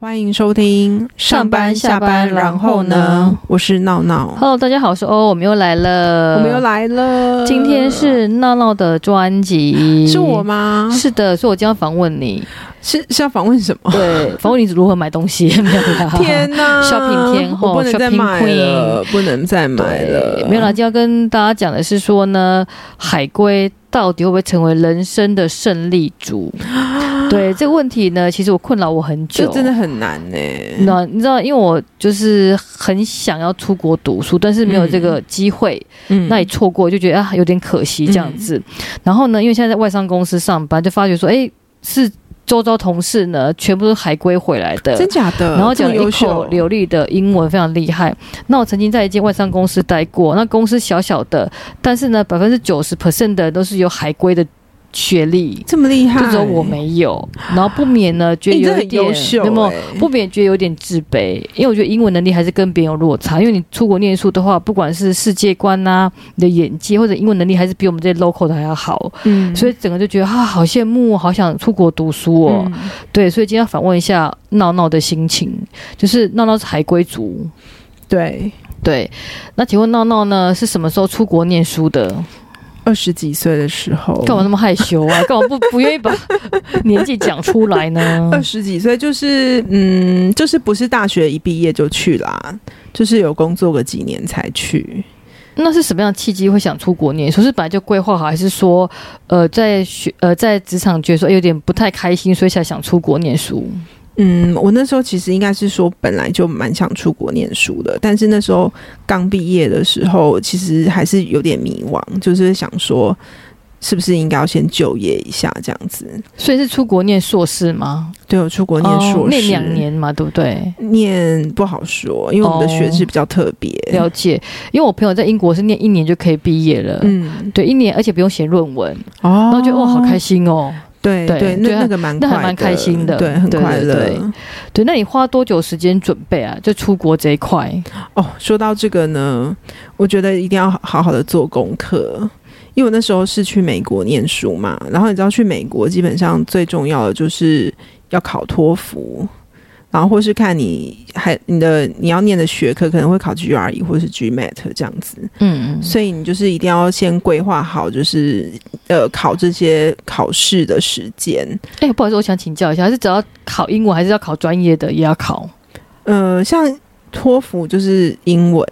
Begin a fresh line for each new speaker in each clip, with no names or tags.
欢迎收听
上班下班然后呢？
我是闹闹，
Hello，大家好，我是欧，我们又来了，
我们又，来了。
呃今天是闹闹的专辑，
是我？吗？
是的，所以我今天要访问你，
是是要访问什 么？
对，访问你如何买东西， 没有啦，
天哪
shopping 天后
我不能再
shopping
买了，不能再买
对
了，，
没有啦，今天要跟大家讲的是说呢，海龟到底会不会成为人生的胜利 组？对这个问题呢，其实我困扰我很
这
久，
真的很难呢。
那你知道，因为我就是很想要出国读书，但是没有
嗯
这个机会，
嗯
那也错过，就觉得啊有点可惜这样子。然后呢，因为现在在外商公司上班，就发觉说，哎，是周遭同事呢全部都是海归回来的，
真假的，
然后
这
讲
么
了
优
一口
秀，
流利的英文，非常厉害。那我曾经在一间外商公司待过，那公司小小的，但是呢，百分之九十 percent 的都是有海归的学历。
这么厉害，
就只有我没有， 然后不免呢觉
哎，
得
你这
有一
很优
点，
秀
有没有
哎，
不免觉得有点自卑，因为我觉得英文能力还是跟别人有落差。因为你出国念书的话，不管是世界观呐、你的眼界或者英文能力，还是比我们这些 local 的还要好，
嗯
所以整个就觉得啊，好羡慕，好想出国读书哦。
嗯
对，所以今天要反问一下闹闹的心情，就是闹闹是海归族。
对，
对，那请问闹闹呢是什么时候出国念书的？
哦二十几岁的时候，
干嘛那么害羞啊？干嘛不不愿意把年纪讲出来 呢？
二十几岁就是嗯，就是不是大学一毕业就去啦，就是有工作个几年才去。
那是什么样的契机会想出国念书？是本来就规划好，还是说，呃，在学呃在职场觉得说哎有点不太开心，所以才想出国念书？
嗯，我那时候其实应该是说本来就蛮想出国念书的，但是那时候刚毕业的时候，其实还是有点迷惘，就是想说是不是应该要先就业一下这样子。
所以是出国念硕士吗？
对我出国念
哦
硕士，
念两。年嘛，对不对？
念不好说，因为我们的学制比较特别。
了解，因为我朋友在英国是念一年就可以毕业了，
嗯，
对，一年而且不用写论文，
哦
然后觉得哇好开心哦。
对
对
对，
对
那
啊
那个蛮
那还
快
蛮开心的
对，很
对
快
对
乐。
对对，那你花多久时间准备啊？就出国这一块，
哦，说到这个呢，我觉得一定要好好的做功课，因为我那时候是去美国念书嘛，然后你知道去美国基本上最重要的就是要考托福，然后或是看你还你的你要念的学科可能会考 GRE 或是 GMAT 这样子，
嗯，
所以你就是一定要先规划好，就是呃考这些考试的时间。
哎、不好意思，我想请教一下，还是只要考英文，还是要考专业的也要考？
呃，像托福就是英文，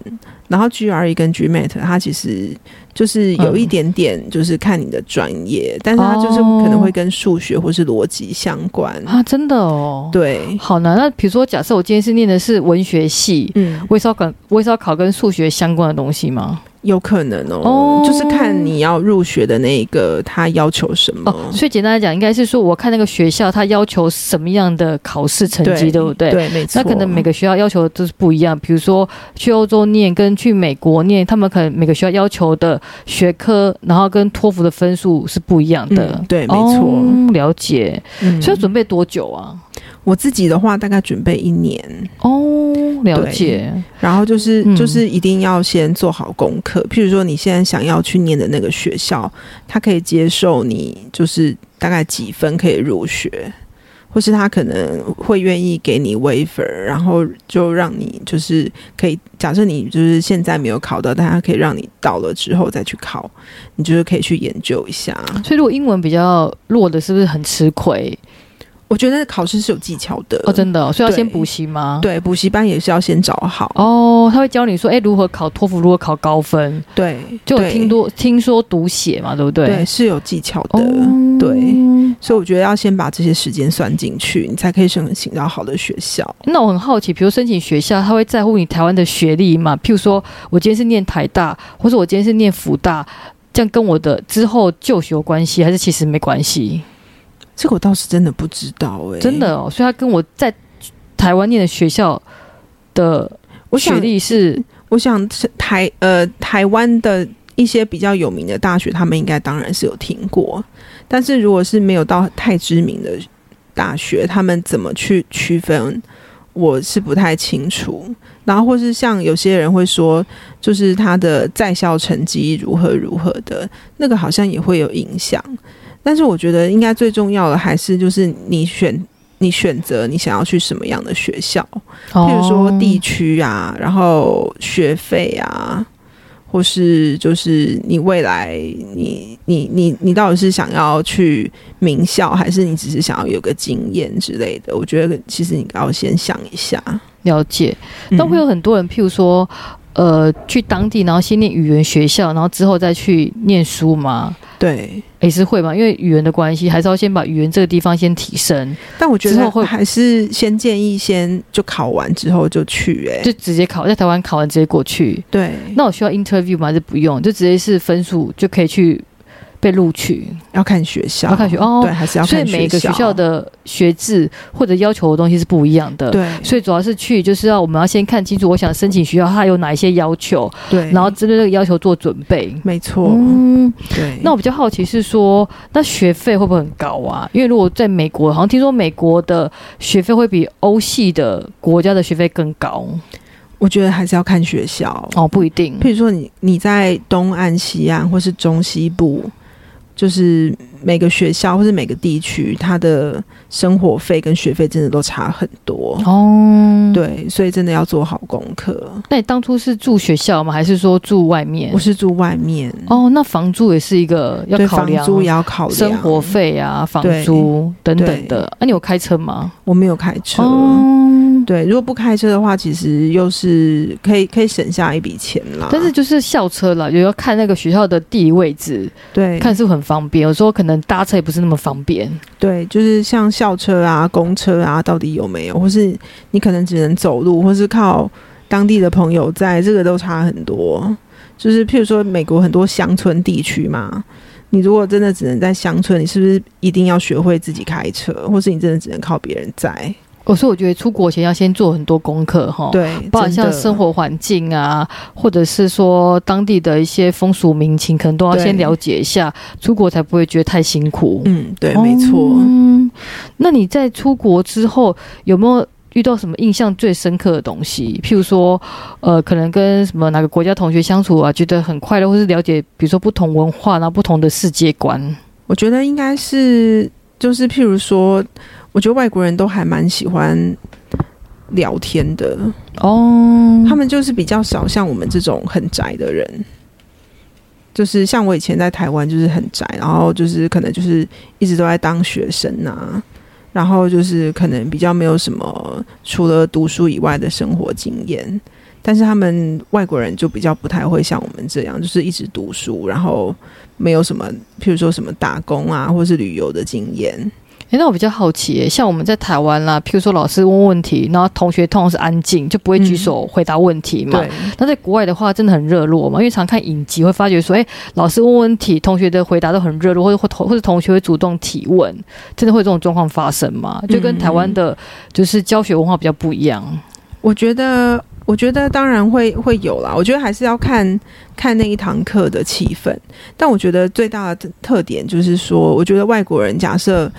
然后 GRE 跟 GMAT 它其实就是
嗯
有一点点就是看你的专业，但是它就是
哦
可能会跟数学或是逻辑相关。
啊，真的哦，
对，
好难。那比如说，假设我今天是念的是文学系，
嗯，
我也是要考，我也是要考跟数学相关的东西吗？
有可能哦，
哦
就是看你要入学的那一个它要求什么。
哦，所以简单来讲，应该是说，我看那个学校它要求什么样的考试成绩，对不对？
对，没错。
那可能每个学校要求都是不一样，比如说去欧洲念跟去美国念，他们可能每个学校要求的学科，然后跟托福的分数是不一样的。
嗯对没错
哦了解。
嗯
所以要准备多久啊？
我自己的话，大概准备一年，
哦，了解。
然后就是、
嗯
就是一定要先做好功课。譬如说，你现在想要去念的那个学校，它可以接受你就是大概几分可以入学，或是他可能会愿意给你 waiver，然后就让你就是可以假设你就是现在没有考到，但他可以让你到了之后再去考，你就是可以去研究一下。
所以如果英文比较弱的，是不是很吃亏？
我觉得考试是有技巧的
哦，真的哦、所以要
对
先补习吗？。
对，补习班也是要先找好。
哦，他会教你说，哎，如何考托福，如何考高分，
对，
就有
对
听多听说读写嘛，对不对？
对，是有技巧的，
哦，
对。所以我觉得要先把这些时间算进去，你才可以申请到好的学校。
那我很好奇，比如申请学校，他会在乎你台湾的学历吗？譬如说我今天是念台大，或者我今天是念福大，这样跟我的之后就学有关系，还是其实没关系？
这个我倒是真的不知道哎、
真的哦，所以他跟我在台湾念的学校的
我
学
想，
历是
我想是台呃台湾的一些比较有名的大学，他们应该当然是有听过，但是如果是没有到太知名的大学，他们怎么去区分？我是不太清楚，然后或是像有些人会说，就是他的在校成绩如何如何的，那个好像也会有影响。但是我觉得应该最重要的还是就是你选你选择你想要去什么样的学校，嗯
哦
譬如说地区啊，然后学费啊，或是就是你未来你你你你到底是想要去名校，还是你只是想要有个经验之类的？我觉得其实你要先想一下。
了解，
嗯
但会有很多人，譬如说，呃，去当地，然后先念语言学校，然后之后再去念书嘛，
对，
也是会嘛，因为语言的关系，还是要先把语言这个地方先提升，
但我觉
之
得
后会
还是先建议先就考完之后就去、欸，哎，
就直接考在台湾考完直接过去。
对，
那我需要 interview 吗？还是不用？就直接是分数就可以去被录取？
要看学校，
要看学哦
对，还是要
所
看
以每一个学校的学制或者要求的东西是不一样的。。
对
所以主要是去，就是要我们要先看清楚，我想申请学校它有哪一些要求，
对，
然后针对这个要求做准备。
没错，
嗯，
对，
那我比较好奇是说，那学费会不会很高啊？因为如果在美国，好像听说美国的学费会比欧系的国家的学费更高
我觉得还是要看学校
哦，不一定。
譬如说你你在东岸、西岸或是中西部，就是每个学校或是每个地区，它的生活费跟学费真的都差很多。
哦，
对，所以真的要做好功课。
那你当初是住学校吗？还是说住外面
我？是住外面，
哦，那房租也是一个要
对
考
房
量，
租也要考量。
生活，费啊、房
对
租等等的。啊那、你有开车吗？
我没有开车。
哦，
对，如果不开车的话，其实又是可以可以省下一笔钱啦。
但是就是校车了，也要看那个学校的地理位置，
对，
看是不是很方便。有时候可能搭车也不是那么方便。
对，就是像校车啊、公车啊，到底有没有？或是你可能只能走路，或是靠当地的朋友在，这个都差很多。就是譬如说，美国很多乡村地区嘛，你如果真的只能在乡村，你是不是一定要学会自己开车，或是你真的只能靠别人载？
我哦说，我觉得出国前要先做很多功课哈，，
对，
包括
真的
像生活环境啊，或者是说当地的一些风俗民情，可能都要
对
先了解一下，出国才不会觉得太辛苦。
嗯，对，没错。
嗯，那你在出国之后有没有？遇到什么印象最深刻的东西？譬如说，呃，可能跟什么哪个国家同学相处啊，觉得很快乐，或是了解，比如说不同文化，然后不同的世界观。
我觉得应该是，就是譬如说，我觉得外国人都还蛮喜欢聊天的，
哦
他们就是比较少像我们这种很宅的人，就是像我以前在台湾就是很宅，然后就是可能就是一直都在当学生啊，然后就是可能比较没有什么除了读书以外的生活经验。但是他们外国人就比较不太会像我们这样，就是一直读书，然后没有什么，譬如说什么打工啊，或是旅游的经验。
诶，那我比较好奇耶，像我们在台湾啦，譬如说老师问问题，然后同学通常是安静，就不会举手回答问题
嗯
嘛。
对，
那在国外的话，真的很热络嘛，因为常看影集会发觉说，诶，老师问问题，同学的回答都很热络，或者或同或者同学会主动提问，真的会有这种状况发生吗？就
嗯
跟台湾的就是教学文化比较不一样。
我觉得，我觉得当然会会有啦。我觉得还是要看看那一堂课的气氛。但我觉得最大的特点就是说，我觉得外国人假设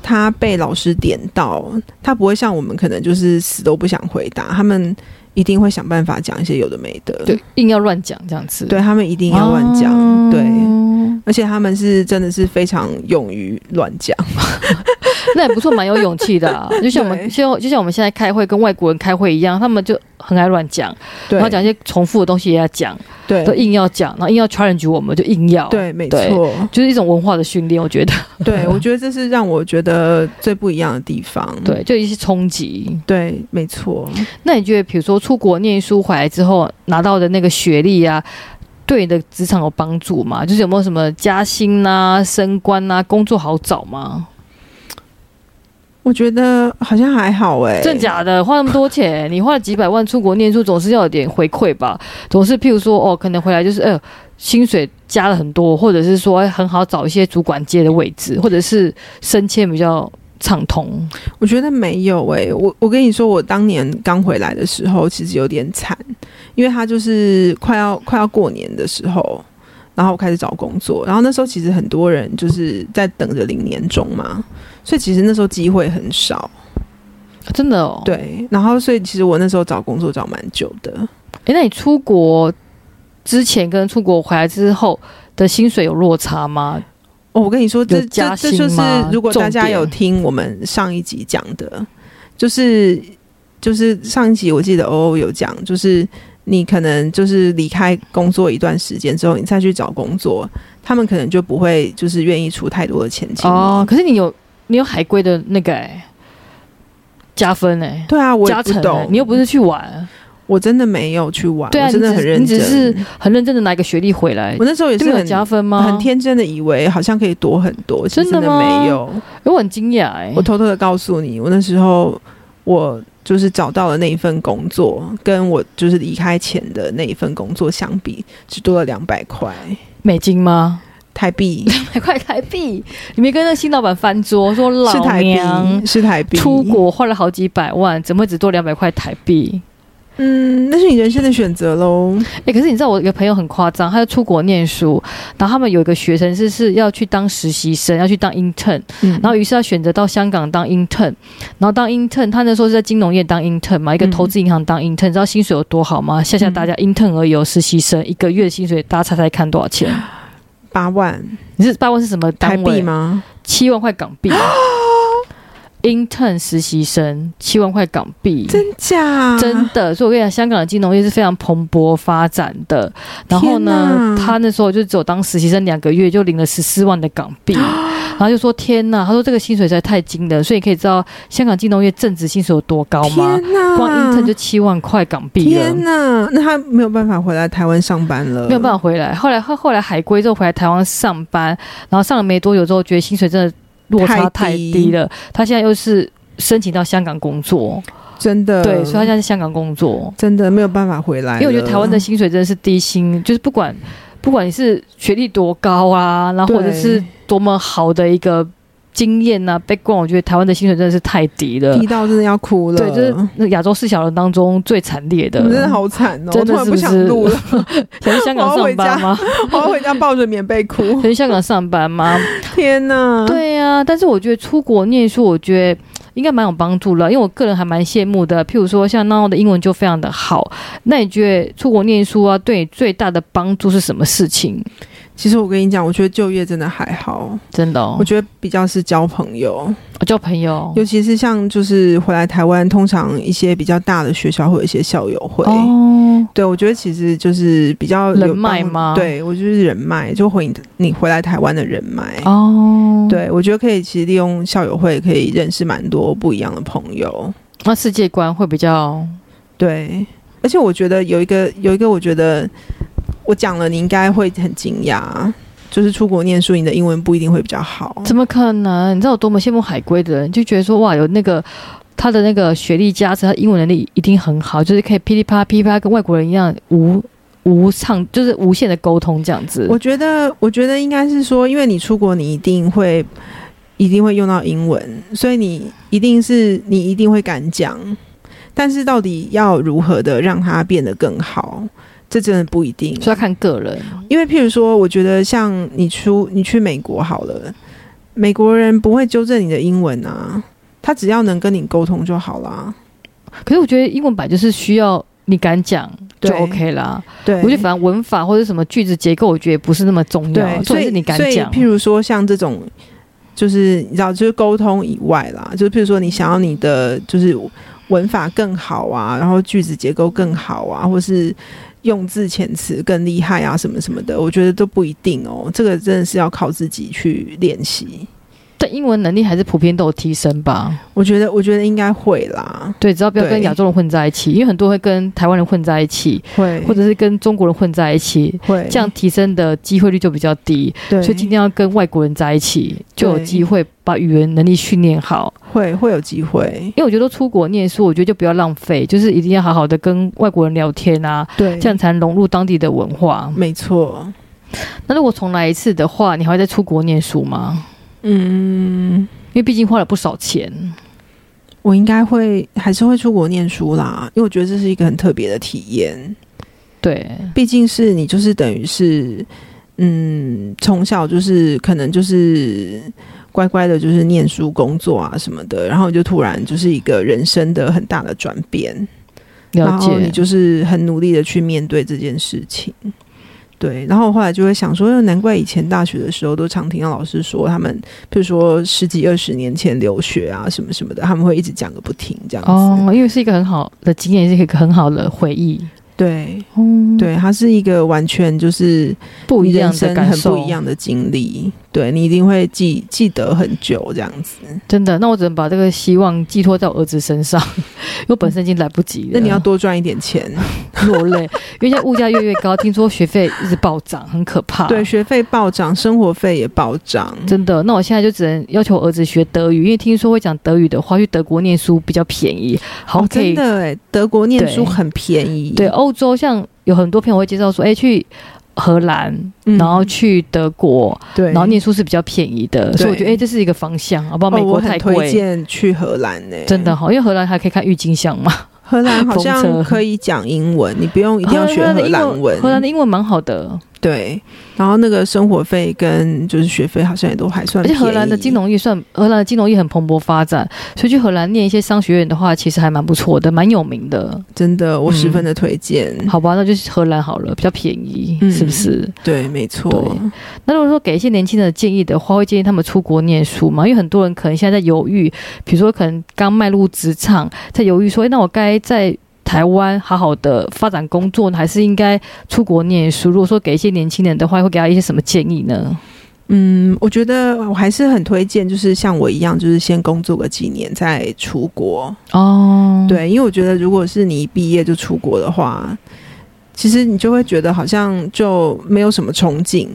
他被老师点到，他不会像我们可能就是死都不想回答，他们一定会想办法讲一些有的没的。
对，硬要乱讲这样子。
对，他们一定要乱讲。
哦
对，而且他们是真的是非常勇于乱讲。
那也不错，蛮有勇气的、啊。就像我们，
对
就就像我们现在开会跟外国人开会一样，他们就很爱乱讲，
对
然后讲一些重复的东西也要讲，
对
都硬要讲，然后硬要 challenge 我们，就硬要，，
对，没
对
错。
就是一种文化的训练，我觉得，
对，我觉得这是让我觉得最不一样的地方。
对，就一些冲击。
对，没错。
那你觉得，比如说出国念书回来之后拿到的那个学历啊，对你的职场有帮助吗？就是有没有什么加薪呐、升官呐、工作好找吗？
我觉得好像还好哎、
真假的，花那么多钱，你花了几百万出国念书，总是要有点回馈吧？总是譬如说，哦，可能回来就是，呃，薪水加了很多，或者是说，哎，很好找一些主管阶的位置，或者是升迁比较畅通。
我觉得没有哎、我我跟你说，我当年刚回来的时候，其实有点惨，因为他就是快要快要过年的时候，然后我开始找工作，然后那时候其实很多人就是在等着领年终嘛，所以其实那时候机会很少，啊
真的哦，
对，然后所以其实我那时候找工作找蛮久的，
诶，哎那你出国之前跟出国回来之后的薪水有落差吗？
哦，我跟你说，这
有
这
加
这
薪
就是
吗
如果大
重
家
点
有听我们上一集讲的，就是就是上一集我记得欧欧有讲，就是你可能就是离开工作一段时间之后，你再去找工作，他们可能就不会就是愿意出太多的钱请你。
哦，可是你有你有海归的那个、欸、加分哎、
对啊，我也
加
不
成、欸
懂，，
你又不是去玩，
我真的没有去玩，
对啊，
我真的很认
你只
真。
你只是很认真的拿一个学历回来
我，那时候也
就是没有
很
加分吗？
很，天真的以为好像可以多很多，其实
真的吗
没有。
我很惊讶哎
我，偷偷的告诉你，我那时候我就是找到了那一份工作，跟我就是离开前的那一份工作相比，只多了两百块
美金吗？
台币，
百块台币，你没跟那个新老板翻桌说
是
老
台
娘
币，是台币。
出，国花了好几百万，怎么会只多两百块台币？
嗯，那是你人生的选择 喽。
哎、可是你知道我有个朋友很夸张，他要出国念书，然后他们有一个学生是是要去当实习生，要去当 intern，
嗯，
然后于是他选择到香港当 intern，然后当 intern，他那时候是在金融业当 intern 嘛，一个
嗯
投资银行当 intern，、你知道薪水有多好吗？吓吓大家、intern 而已哦，实习生一个月薪水，大家猜猜看多少钱？
八万
你是八万是什么
台
单
币
位？
吗？
七万块港 币。intern 实习生七万块港币，
真假？
真的，所以我跟你讲，香港的金融业是非常蓬勃发展的。然后
天
呢
哪，
他那时候就只有当实习生两个月，就领了十四万的港 币，然后就说：“天哪！”他说这个薪水实在太惊人，所以你可以知道香港金融业正职薪水有多高吗？
天哪！
光 intern 就七万块港币了
天。哪！那他没有办法回来台湾上班了，
没有办
法。
法回来，后来后后来海归之后回来台湾上班，然后上了没多久之后，觉得薪水真的落差太
太低
低了。他现在又是申请到香港工作，
真的，
对，所以他现在在香港工作。
真的没有办法回来了，
因为我觉得台湾的薪水真的是低薪，就是不管不管你是学历多高啊，然后
对
或者是多么好的一个经验啊 background，我觉得台湾的薪水真的是太低了
低。到真的要哭了，
对，就是那亚洲四小龙当中最惨烈的。
你们真的好惨哦！我
真的
突然不
是不是
想录了，
想去香港上班吗？
我要回家抱着棉被哭
想。去香港上班吗？
天哪！，
对呀、但是我觉得出国念书，我觉得。应该蛮有帮助了，因为我个人还蛮羡慕的。譬如说，像娜娜的英文就非常的好，那你觉得出国念书啊，对你最大的帮助是什么事情？
其实我跟你讲，我觉得就业真的还好，
真的、哦
我，觉得比较是交朋友，
我哦交朋友
尤其是像就是回来台湾，通常一些比较大的学校会有一些校友会。
哦，
对，我觉得其实就是比较有
人脉
帮
吗
对，我就是人脉，就回你你回来台湾的人脉。
哦，，
对，我觉得可以，其实利用校友会可以认识蛮多不一样的朋友。
那世界观会比较
对，而且我觉得有一个有一个，我觉得我讲了，你应该会很惊讶，就是出国念书，你的英文不一定会比较好。
怎么可能？你知道我多么羡慕海归的人，就觉得说哇，有那个他的那个学历加持，他英文能力一定很好，就是可以噼里啪啦噼里啪啦跟外国人一样无无畅，就是无限的沟通这样子。
我觉得，我觉得应该是说，因为你出国，你一定会一定会用到英文，所以你一定是你一定会敢讲，但是到底要如何的让它变得更好，这真的不一定。
所以要看个人。
因为譬如说，我觉得像你出你去美国好了，美国人不会纠正你的英文啊，他只要能跟你沟通就好啦。
可是我觉得英文版就是需要你敢讲就
对
OK 啦。
对，
我觉得反正文法或者什么句子结构，我觉得也不是那么重要，
对，
重
所
点是
以
你敢
所以
讲。
譬如说像这种，就是你知道，就是沟通以外啦，就是譬如说你想要你的就是文法更好啊，然后句子结构更好啊，或是。用字遣词更厉害啊，什么什么的，我觉得都不一定哦。这个真的是要靠自己去练习。
但英文能力还是普遍都有提升吧？
我觉得，我觉得应该会啦。
对，只要不要跟
对
亚洲人混在一起，因为很多会跟台湾人混在一起，
会
或者是跟中国人混在一起，
会
这样提升的机会率就比较低。
对，
所以今天要跟外国人在一起，就有
对
机会把语言能力训练好。
会会有机会，
因为我觉得出国念书，我觉得就不要浪费，就是一定要好好的跟外国人聊天啊，
对
这样才能融入当地的文化。
没错，
那如果重来一次的话，你还会再出国念书吗？
嗯，
因为毕竟花了不少钱。
我应该会还是会出国念书啦，因为我觉得这是一个很特别的体验，
对，
毕竟是你就是等于是，嗯，从小就是可能就是乖乖的，就是念书、工作啊什么的，然后你就突然就是一个人生的很大的转变，
了
然后
解
你。就是很努力的去面对这件事情。对，然后我后来就会想说，难怪以前大学的时候都常听到老师说，他们比如说十几二十年前留学啊什么什么的，他们会一直讲个不停这样子。
哦，因为是一个很好的经验，是一个很好的回忆。
对，
哦，
对，它是一个完全就是
不一
人
样的
生
感
很
受，
不一样的经历，对你一定会记记得很久这样子。
真的，那我只能把这个希望寄托在我儿子身上， 因为我本身已经来不及了。
那你要多赚一点钱，
落泪， 因为现在物价越来越高，听说学费一直暴涨，很可怕。
对，学费暴涨，生活费也暴涨。
真的。那我现在就只能要求我儿子学德语，因为听说会讲德语的话，去德国念书比较便宜，好
哦
像可以
真的哎，德国念书
对
很便宜，
对，欧洲像有很多朋友会介绍说，哎、去荷兰，
嗯
然后去德国，
对，
然后念书是比较便宜的，所以我觉得哎、这是一个方向，啊好不好？
哦
美
我
国
很
太
推
贵，
荐去荷兰呢，
真的好，因为荷兰还可以看郁金香嘛，
荷兰好
风
像
车
可以讲英文，你不用一定要学荷兰文。
荷兰的英文蛮好的，
对，然后那个生活费跟就是学费好像也都还算
而
便
且
宜。
荷兰的金融业算，荷兰的金融业很蓬勃发展，所以去荷兰念一些商学院的话，其实还蛮不错的，蛮有名的。
真的，我
嗯
十分的推荐。
好吧，那就是荷兰好了，比较便宜，
嗯
是不是？
对，没错
对，那如果说给一些年轻人的建议的话，会建议他们出国念书嘛？因为很多人可能现在在犹豫，比如说可能刚迈入职场，在犹豫说，哎诶那我该在台湾好好的发展工作呢，还是应该出国念书？如果说给一些年轻人的话，会给他一些什么建议呢？
嗯，我觉得我还是很推荐，就是像我一样，就是先工作个几年再出国。
哦，，
对，因为我觉得如果是你一毕业就出国的话，其实你就会觉得好像就没有什么憧憬。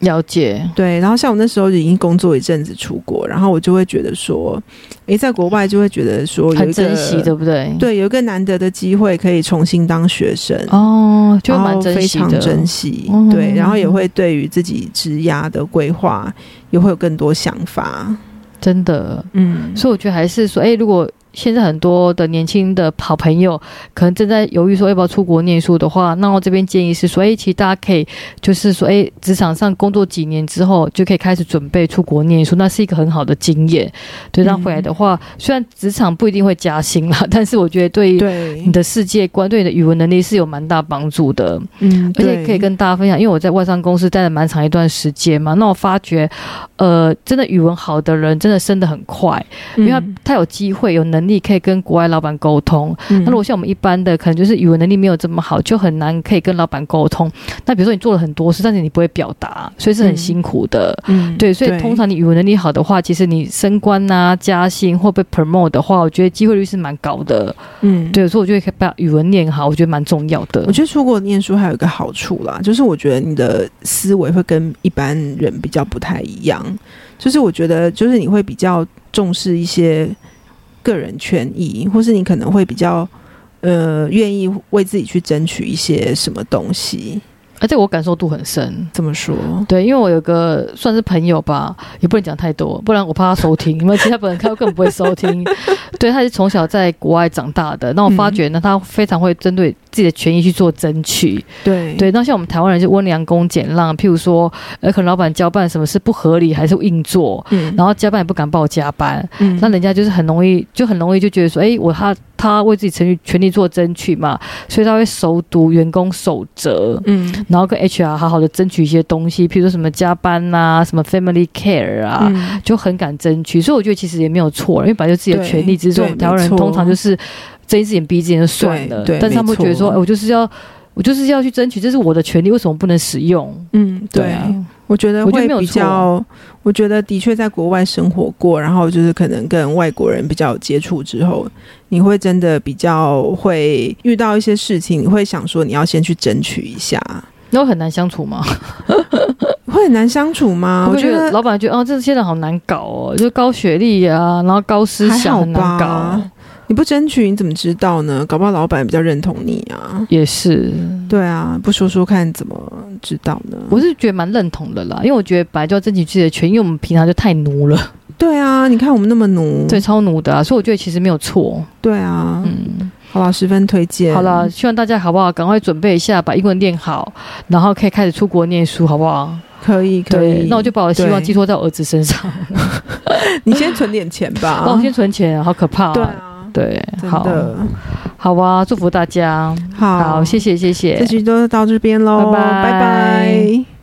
了解，
对，然后像我那时候已经工作一阵子出国，然后我就会觉得说，诶，在国外就会觉得说有一
很
个
珍惜，对不对？，
对，有一个难得的机会可以重新当学生，
哦，就
然
会蛮
后
珍
非
惜
常
的，
珍惜，
嗯
对，然后也会对于自己职涯的规划也会有更多想法，
真的。
嗯，
所以我觉得还是说，哎、如果现在很多的年轻的好朋友可能正在犹豫说要不要出国念书的话，那我这边建议是说，哎、其实大家可以就是说，哎、职场上工作几年之后就可以开始准备出国念书，那是一个很好的经验。对，那
嗯
回来的话，虽然职场不一定会加薪啦，但是我觉得对于
对
你，的世界观、对你的语文能力是有蛮大帮助的。
嗯，
而且可以
对
跟大家分享，因为我在外商公司待了蛮长一段时间嘛，那我发觉，呃，真的语文好的人真的升得很快，因为他
嗯
他有机会、有能力可以跟国外老板沟通。
嗯
那如果像我们一般的，可能就是语文能力没有这么好，就很难可以跟老板沟通。那比如说你做了很多事，但是你不会表达，所以是很
嗯
辛苦的。
嗯
对，所以通常你语文能力好的话，其实你升官呐、加薪或被 promote 的话，我觉得机会率是蛮高的。
嗯。
对，所以我觉得可以把语文念好，我觉得蛮重要的
我。觉得出国念书还有一个好处啦，就是我觉得你的思维会跟一般人比较不太一样，就是我觉得就是你会比较重视一些个人权益，或是你可能会比较呃愿意为自己去争取一些什么东西。
而且我感受度很深。
这么说，
对，因为我有个算是朋友吧，也不能讲太多，不然我怕他收听。因为其他本人看更不会收听。对，他是从小在国外长大的，那我发觉呢，他非常会针对自己的权益去做争取。
对
对，那像我们台湾人就温良恭俭让，譬如说，呃，可能老板交办什么事不合理，还是硬做。
嗯
然后加班也不敢报加班，
嗯
那人家就是很容易，就很容易就觉得说，哎，我他他为自己权益权利做争取嘛，所以他会熟读员工守则，
嗯
然后跟 HR 好好的争取一些东西，譬如说什么加班呐、什么 family care 啊。
嗯
就很敢争取，所以我觉得其实也没有错，因为本来就自己的
对
权利之中，
对
台湾人
没错
通常就是睁一只眼闭一只眼就算了
对，对
但是他们会觉得说，
没错
哎、我就是要，我就是要去争取，这是我的权利，为什么不能使用？
嗯，对，
啊，
我觉得
我觉得
会
没有
比
错啊
较，我觉得的确在国外生活过，然后就是可能跟外国人比较有接触之后，你会真的比较会遇到一些事情，你会想说你要先去争取一下，
那我很难相处吗？
会很难相处吗？
我
我
会觉
觉
得
得
老板觉得，啊，这些人好难搞哦，就高学历啊，然后高思
还
想
好
很难搞哦
吧，你不争取你怎么知道呢？搞不好老板比较认同你啊。
也是，
对啊，不说说看怎么知道呢？
嗯我是觉得蛮认同的啦，因为我觉得本来就要争取自己的权益，因为我们平常就太奴了。
对啊，你看我们那么努，
对，超奴的、啊，所以我觉得其实没有错。
对啊，
嗯，
好啦，十分推荐。
好啦，希望大家好不好？赶快准备一下，把英文练好，然后可以开始出国念书，好不好？
可以可
对
以，，
那我就把我的希望
对
寄托在我儿子身上，
你先存点钱吧。
帮我先存钱，好可怕、
啊对啊，
对，
真
好，
的，
好啊，祝福大家。
好，
好，谢谢，谢谢，
这期就到这边喽，
拜拜
拜拜